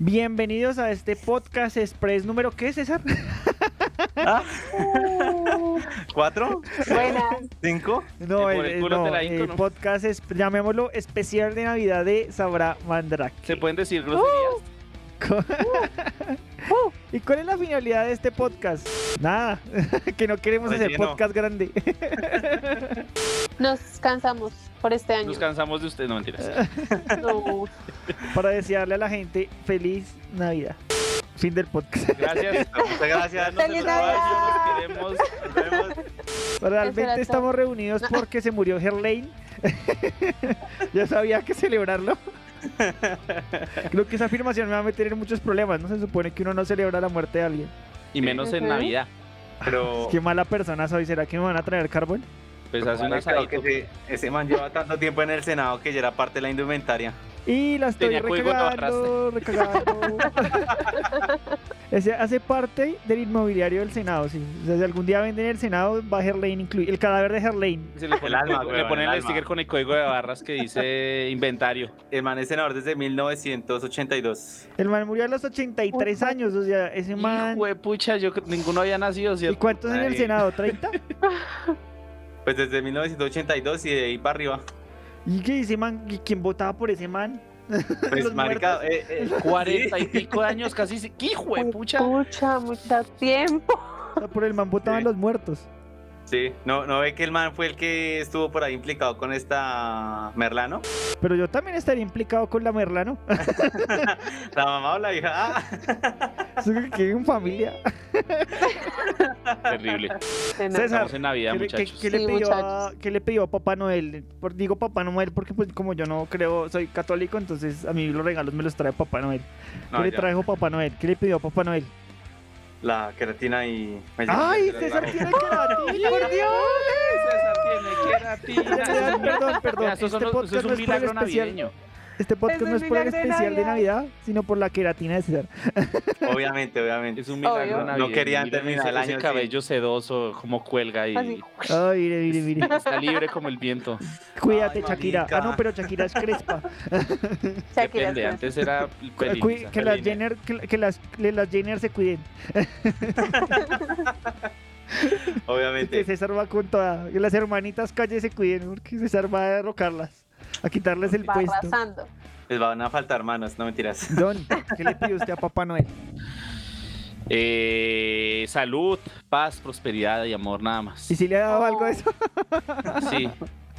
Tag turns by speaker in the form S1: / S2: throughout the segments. S1: Bienvenidos a este podcast express número ¿qué, César?
S2: ¿Ah? ¿Cuatro?
S3: Buenas.
S2: ¿Cinco?
S1: No,
S4: Eh, por el culo
S1: no,
S4: te la hinco,
S1: el
S4: ¿no?
S1: podcast es, llamémoslo especial de Navidad de Sabra Mandrake.
S4: ¿Se pueden decir groserías?
S1: Uh, ¿Y cuál es la finalidad de este podcast? Nada, que no queremos
S4: Pues
S1: hacer
S2: Relleno.
S1: podcast grande.
S3: Nos cansamos por este año.
S4: Nos cansamos de ustedes, no mentiras.
S3: No.
S1: para desearle a la gente feliz Navidad. Fin del podcast.
S4: Gracias.
S2: Muchas gracias.
S4: No se
S3: ¡Feliz
S4: nos vayan,
S3: Navidad!
S4: los queremos.
S2: Nos vemos.
S1: Realmente
S3: Espera,
S1: estamos
S3: chao.
S1: reunidos
S3: No.
S1: porque se murió Herlane. Yo sabía que celebrarlo. Creo que esa afirmación me va a meter en muchos problemas. No se supone que uno no celebra la muerte de alguien.
S4: Y menos en
S3: Ujú.
S4: Navidad.
S2: Pero
S1: Qué mala persona soy. ¿Será que me van a traer carbón?
S4: Pues hace un
S2: Vale, creo
S4: asadito.
S2: que ese, ese man lleva tanto tiempo en el Senado que ya era parte de la indumentaria.
S1: Y la estoy
S4: Tenía código, te
S1: recagando, recagando. Ese hace parte del inmobiliario del Senado, sí. O sea, si algún día venden el Senado, va Herlane incluido. El cadáver de Herlane.
S4: Se le ponen
S2: El alma,
S4: el,
S2: weón,
S4: le ponen
S2: el
S4: el
S2: alma.
S4: sticker con el código de barras que dice inventario.
S2: El man es senador desde 1982.
S1: El man murió a los 83 años. O sea, ese man...
S4: Hijo de pucha, yo creo- ninguno había nacido,
S1: ¿Y
S4: ¿cierto?
S1: cuántos en el
S2: Ay.
S1: Senado? ¿30?
S2: Pues desde 1982 y de ahí para arriba.
S1: ¿Y qué dice man? ¿Y quién votaba por ese man?
S2: Pues
S1: Los
S2: marica, eh, eh,
S4: 40 y pico de años casi. se- ¿Qué hijo de pucha?
S3: Pucha, mucho tiempo.
S1: O sea, por el man votaban
S2: Sí.
S1: los muertos.
S2: sí, no, no ve que el man fue el que estuvo por ahí implicado con esta Merlano,
S1: Pero yo también estaría implicado con la Merlano.
S2: la mamá o la hija. Ah,
S1: Eso que quede en familia.
S4: Terrible.
S1: César,
S4: Estamos en Navidad,
S1: ¿Qué, le- qué-
S4: muchachos.
S1: qué le
S3: Sí,
S1: pidió a,
S3: muchachos.
S1: qué le pidió a Papá Noel? Por- digo Papá Noel porque pues como yo no creo, soy católico, entonces a mí los regalos me los trae Papá Noel. ¿Qué
S2: no,
S1: le
S2: ya.
S1: trajo Papá Noel? ¿Qué le pidió a Papá Noel?
S2: la queratina y.
S1: ¡Ay,
S2: la-
S1: César tiene queratina, por Dios!
S4: César tiene
S1: Ya,
S4: queratina.
S1: ya, Perdón, perdón.
S4: Mira,
S1: Este
S4: eso son los- eso
S1: podcast
S4: es
S1: no es
S4: un
S1: por el
S4: milagro
S1: especial.
S4: navideño.
S1: Este podcast
S3: Eso es
S1: no es
S3: un
S1: por el
S3: milagro de
S1: especial de
S3: Navidad.
S1: Navidad, sino por la queratina de César.
S2: Obviamente, obviamente.
S4: Es un
S3: Obvio.
S4: milagro
S3: No
S4: navideño.
S2: querían
S4: Miren
S2: terminar el
S4: ese-
S2: año
S4: Ese
S2: así.
S4: cabello sedoso, como cuelga y
S3: Así.
S1: Ay, mire, mire, mire.
S4: está libre como el viento.
S1: Cuídate,
S2: Ay,
S1: Shakira.
S2: marica.
S1: Ah, no, pero Shakira es crespa.
S3: Shakira,
S4: Depende,
S3: Shakira.
S4: antes era
S1: Cu-
S4: pelín,
S1: que, las Jenner, que, la- que las, que las Jenner se cuiden. Que
S2: Obviamente.
S1: César va con toda. Que las hermanitas calle se cuiden. Porque César va a derrocarlas. A quitarles el
S3: Va
S1: puesto.
S3: arrasando.
S2: Les van a faltar manos, no mentiras.
S1: Don, ¿qué le pide usted a Papá Noel?
S4: Eh, salud, paz, prosperidad y amor nada más.
S1: ¿Y si le ha dado
S3: Oh.
S1: algo de eso?
S4: Sí,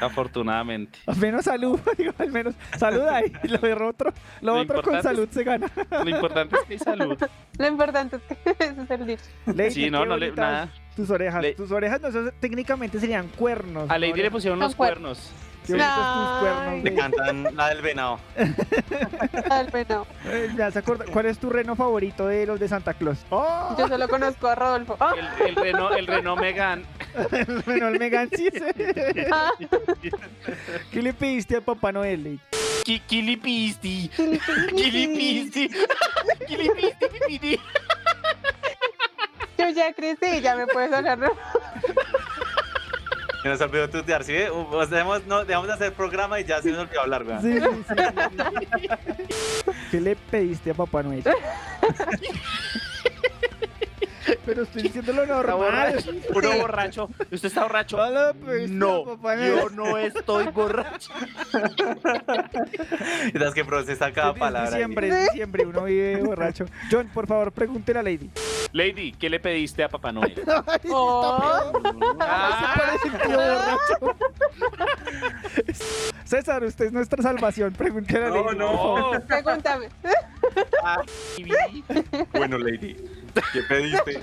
S4: afortunadamente.
S1: Al menos salud. digo, al menos salud ahí. y Lo de otro, lo
S4: Lo
S1: otro con
S4: importante
S1: salud se gana.
S4: Lo importante es que hay salud.
S3: Lo importante es que ese es el dicho.
S1: Lady,
S4: Sí, no,
S1: qué
S4: no le
S1: bonitas
S4: nada.
S1: Tus orejas.
S4: Le-
S1: Tus orejas no, son- técnicamente serían cuernos.
S4: A Lady
S1: ¿no?
S4: le pusieron
S3: Son
S4: los cuernos.
S1: Qué bonitos tus cuernos.
S3: Ay.
S2: Le
S1: güey.
S2: cantan la del venado.
S3: Al menos.
S1: Eh, me hace acordar, ¿Cuál es tu reno favorito de los de Santa Claus? ¡Oh!
S3: Yo solo conozco a Rodolfo. Ah,
S4: El, el Renault, el Renault Megan.
S1: El reno el Megan sí sé.
S3: ah,
S1: ¿Qué le pediste a Papá Noel? Ley?
S4: Ki- Kilipisti. Kilipisti. Kilipisti, pipiti.
S3: Yo ya crecí, ya me puedes hablar. ¿no?
S2: Se nos olvidó tutear, ¿sí? ve? Uh, pues, dejemos, no, dejamos de hacer programa y ya se nos olvidó hablar, weón.
S1: Sí, sí, sí, sí, sí. ¿Qué le pediste a Papá Noel? Pero estoy diciendo lo
S4: Está
S1: normal.
S4: borracho. Puro borracho. Usted está borracho.
S1: No le pediste a
S4: No,
S1: Papá Noel.
S4: yo no estoy borracho.
S2: Las que procesa cada
S1: Es
S2: palabra.
S1: diciembre, es diciembre, uno vive borracho. John, por favor, pregúntele a Lady.
S4: Lady, ¿qué le pediste a Papá Noel?
S1: Ay, sí,
S3: Oh.
S4: Ah,
S1: parece que yo borracho. César, usted es nuestra salvación. Pregúntele a
S2: No,
S1: Lady.
S2: no.
S1: por favor.
S3: Pregúntame.
S2: Bueno, Lady, ¿qué pediste?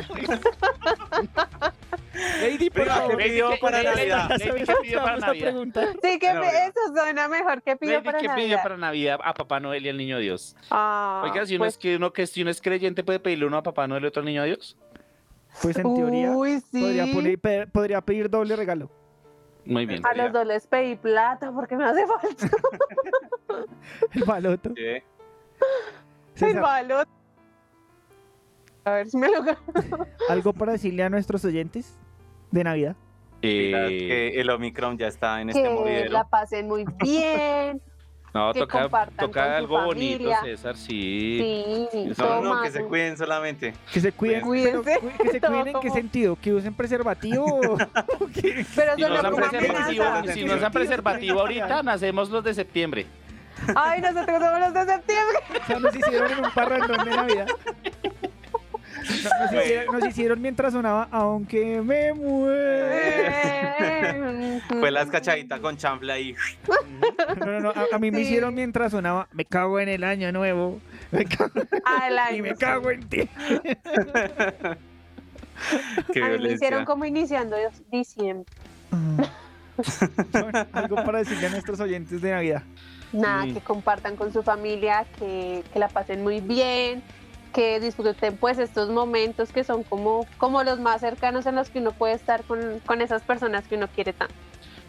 S1: Lady, por
S2: Venga,
S1: favor.
S2: ¿qué pidió
S4: Lady,
S2: para
S4: ¿qué-
S2: Navidad?
S4: Lady,
S1: Sabe
S4: ¿qué
S1: que
S4: pidió para
S1: vamos a
S4: Navidad?
S1: preguntar.
S3: Sí, que
S2: Bueno,
S3: me-
S2: bueno.
S3: eso suena mejor. ¿Qué pidió
S4: Lady,
S3: para
S4: ¿qué pidió
S3: Navidad?
S4: para Navidad a Papá Noel y al Niño Dios?
S3: Ah,
S4: Oiga, si uno,
S3: pues-
S4: es que uno que si uno es creyente, ¿puede pedirle uno a Papá Noel y otro al Niño Dios?
S1: Pues en teoría
S3: Uy, sí.
S1: podría, poli- pe- podría pedir doble regalo.
S4: Muy bien.
S3: A los dos les pedí plata porque me hace falta
S1: El baloto.
S2: Sí, ve.
S3: el
S1: César,
S3: balón. A ver si me lo gano.
S1: ¿algo para decirle a nuestros oyentes de Navidad?
S2: Mira,
S4: Eh,
S2: que el Omicron ya está en este
S3: Que
S2: movidero.
S3: la pasen muy bien.
S4: No,
S3: Que
S4: toca,
S3: compartan
S4: toca
S3: con su
S4: algo bonito,
S3: familia.
S4: César, sí.
S3: Sí,
S2: No,
S3: toma,
S2: no, que se cuiden solamente.
S1: Que se cuiden.
S3: Cuídense.
S1: pero cu- que se cuiden en qué
S3: Todos.
S1: sentido, que usen preservativo. o- o que-
S3: Pero
S4: Si
S3: eso no
S4: no
S3: es
S4: usan
S3: una
S4: preservativo,
S3: amenaza.
S4: si no usan preservativo ahorita, nacemos los de septiembre.
S3: Ay, nosotros somos los de septiembre.
S1: O sea, nos hicieron en un parrandón de Navidad. No, Nos hicieron, nos hicieron mientras sonaba, aunque me muera.
S2: Fue las cachaditas con chanfla y
S1: No, no, no, a, a mí me
S3: Sí.
S1: hicieron mientras sonaba, me cago en el año nuevo. Me cago,
S3: Adelante.
S1: y me cago en ti.
S2: qué
S3: A mí me hicieron
S2: violencia.
S3: como iniciando diciembre. Ah.
S1: Bueno, algo para decirle a nuestros oyentes de Navidad.
S3: Nada,
S4: Mm.
S3: que compartan con su familia, que, que la pasen muy bien, que disfruten pues estos momentos que son como, como los más cercanos en los que uno puede estar con, con esas personas que uno quiere tanto.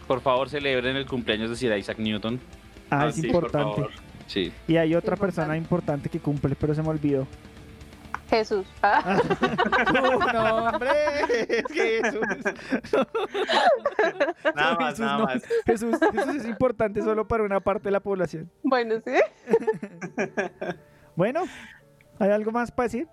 S4: Por favor, celebren el cumpleaños de Sir Isaac Newton.
S1: Ah,
S2: Ah,
S1: es
S2: sí, por
S1: importante.
S2: favor.
S4: Sí.
S1: Y hay otra persona importante que cumple, pero se me olvidó.
S3: Jesús. Ah,
S1: no, hombre, es que Jesús.
S2: Nada más,
S1: Jesús,
S2: nada
S1: no.
S2: más.
S1: Jesús, Jesús es importante solo para una parte de la población.
S3: Bueno, sí.
S1: Bueno, ¿hay algo más para decir?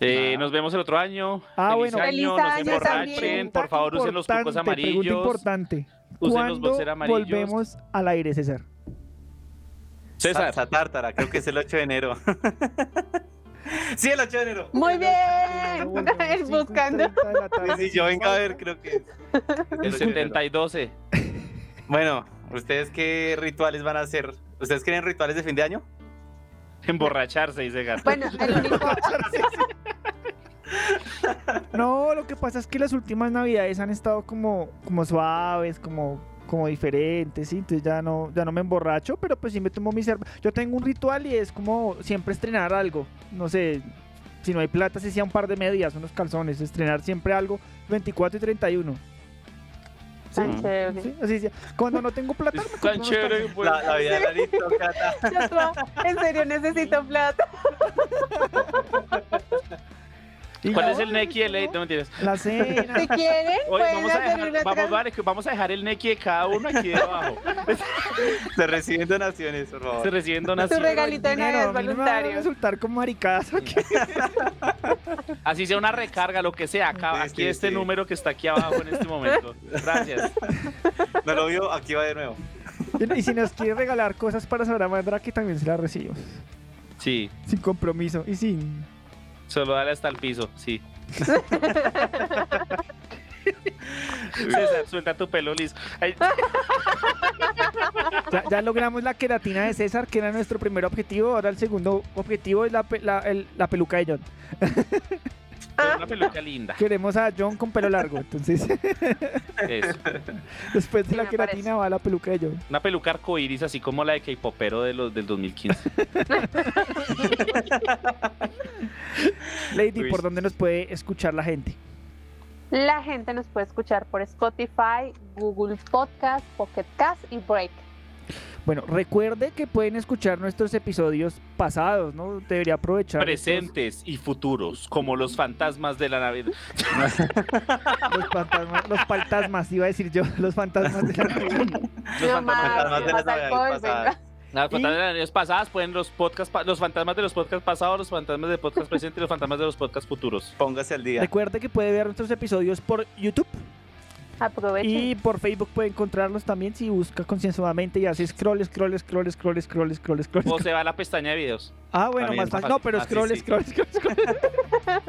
S4: Eh,
S2: Ah.
S4: Nos vemos el otro año.
S1: Ah,
S4: Feliz
S1: bueno.
S4: año,
S3: Feliz
S4: no se
S3: año también.
S4: emborrachen. Por favor, usen los
S1: Importante,
S4: cucos
S1: Pregunta
S4: amarillos.
S1: importante.
S4: Usen los
S1: ¿Cuándo
S4: boxer amarillos.
S1: volvemos al aire, César?
S4: César,
S2: Salsa tártara, creo que es el 8 de enero. sí, el 8 de enero.
S3: Muy
S1: Cuando
S3: bien.
S1: volvemos,
S3: Él
S1: cinco y
S3: buscando.
S1: treinta de la tarde.
S2: Sí, sí, yo venga a ver, creo que es.
S4: el
S2: el 8 de enero.
S4: 70 y 12.
S2: Bueno, ¿ustedes qué rituales van a hacer? ¿Ustedes quieren rituales de fin de año?
S4: Emborracharse, dice Gato.
S3: Bueno, el único,
S1: No, lo que pasa es que las últimas navidades han estado como, como suaves, como, como diferentes, ¿sí? entonces ya no, ya no me emborracho, pero pues sí me tomo mi cerveza. Yo tengo un ritual y es como siempre estrenar algo, no sé, si no hay plata, si sea un par de medias, unos calzones, estrenar siempre algo 24 y 31.
S3: Tan chévere.
S1: sí, así sea. Cuando no tengo plata, me
S4: Es
S1: compro
S4: tan
S1: unos
S4: chévere. pues.
S2: La, la vida del aristócrata.
S3: Joshua, en serio necesito plata.
S1: calzones. Y
S4: ¿Cuál
S1: ya,
S4: es el Neki de ley? No mentiras.
S1: La cena.
S3: Si quieren,
S4: Hoy
S3: pueden
S4: vamos a,
S3: hacer una
S4: dejar, vamos,
S3: trans-
S4: vale, que vamos a dejar el Neki de cada uno aquí debajo.
S2: Se reciben donaciones, por
S4: Se
S2: favor.
S4: reciben
S3: Tu
S4: donaciones.
S3: regalito de
S1: Dinero,
S3: Navidad
S1: a
S3: es
S1: mí no me van a
S3: voluntario.
S1: resultar con maricadas aquí.
S4: Así sea una recarga, lo que sea. Acá,
S2: Sí,
S4: aquí
S2: sí,
S4: este
S2: sí.
S4: número que está aquí abajo en este momento. Gracias.
S2: No lo vio, aquí va de nuevo.
S1: Y si nos quiere regalar cosas para Salamandra, que también se las recibimos.
S4: Sí,
S1: Sin compromiso y sin.
S4: solo dale hasta el piso, sí. César, suelta tu pelo liso. Ay,
S1: Ya, ya logramos la queratina de César, que era nuestro primer objetivo. Ahora el segundo objetivo es la, pe- la, el- la peluca de John.
S4: es una peluca linda.
S1: Queremos a John con pelo largo. Entonces,
S4: Eso.
S1: después de
S3: Sí,
S1: la
S3: me
S1: queratina va la peluca de John.
S4: Una peluca arcoíris, así como la de K-popero de los, del 2015.
S1: Lady,
S2: Uy.
S1: ¿por dónde nos puede escuchar la gente?
S3: La gente nos puede escuchar por Spotify, Google Podcast, Pocket Cast y Break.
S1: Bueno, recuerde que pueden escuchar nuestros episodios pasados, ¿no? Debería aprovechar. estos-
S4: Presentes y futuros, como los fantasmas de la Navidad.
S1: Los fantasmas, los fantasmas, iba a decir yo, los fantasmas de la
S4: Los
S3: No
S4: fantasmas
S3: más,
S4: de la
S2: Fantasmas de
S4: Navidad.
S2: las
S3: más alcohol,
S2: navidades pasadas.
S4: Los fantasmas de las navidades pasadas pueden los podcasts, pa- los fantasmas de los podcasts pasados, los fantasmas de podcast presente y los fantasmas de los podcasts futuros.
S2: Póngase al día.
S1: Recuerde que puede ver nuestros episodios por YouTube
S3: Aprovechen.
S1: y por Facebook puede encontrarlos también si busca concienzudamente y hace scroll, scroll, scroll, scroll, scroll, scroll, scroll.
S4: O se va a la pestaña de videos.
S1: Ah, bueno,
S2: También
S1: más
S2: es
S1: fácil.
S2: más
S1: No,
S2: fácil.
S1: pero
S2: Así
S1: scroll,
S2: sí.
S1: scroll, scroll, scroll.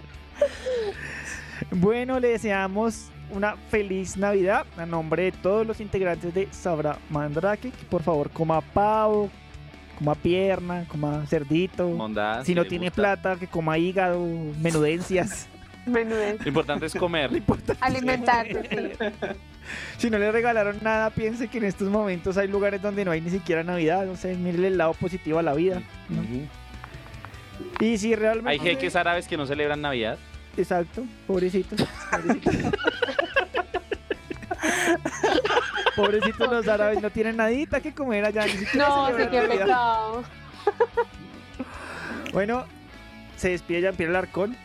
S1: bueno, le deseamos una feliz Navidad a nombre de todos los integrantes de Sabra Mandrake. que Por favor, coma pavo, coma pierna, coma cerdito.
S4: Mondá,
S1: si no
S4: le
S1: tiene
S4: gusta.
S1: plata, que coma hígado, menudencias.
S3: Menudez.
S4: Lo importante es comer.
S1: No importa.
S3: Alimentarse, sí.
S1: Si no le regalaron nada, piense que en estos momentos hay lugares donde no hay ni siquiera Navidad. No sé, mire el lado positivo a la vida. ¿no? Y si realmente.
S4: Hay jeques árabes que no celebran Navidad.
S1: Exacto, pobrecitos. Pobrecitos. Pobrecitos los árabes, no tienen nadita que comer allá. ni siquiera
S3: No,
S1: celebran
S3: sí que
S1: Navidad.
S3: pecado.
S1: Bueno, se despide Jean-Pierre Larcón.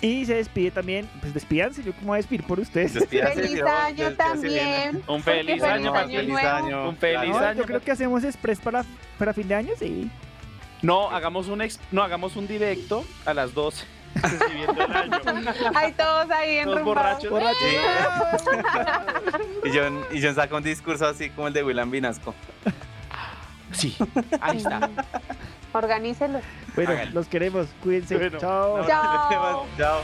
S1: Y se despide también, pues despídanse, yo como voy a despedir por ustedes.
S2: Despídase,
S3: Feliz
S2: Dios,
S3: año
S2: despídase bien.
S3: también.
S4: Un
S3: porque
S4: feliz
S3: feliz
S4: año,
S2: No,
S4: para
S3: año
S4: feliz
S3: nuevo.
S2: año.
S4: Un feliz
S1: Ah, No,
S4: año.
S1: yo creo que hacemos express para, para fin de año, sí.
S4: No, hagamos un ex- no hagamos un directo a las 12. recibiendo el año.
S3: Hay todos ahí en
S4: Todos borrachos.
S1: Borrachos.
S2: Sí. Y John, y John saca un discurso así como el de William Vinasco.
S4: Sí, ahí está.
S3: Organícelo.
S1: Bueno,
S2: Hágale.
S1: los queremos, cuídense.
S4: Bueno,
S1: Chao.
S2: No,
S3: Chao.
S2: Chao.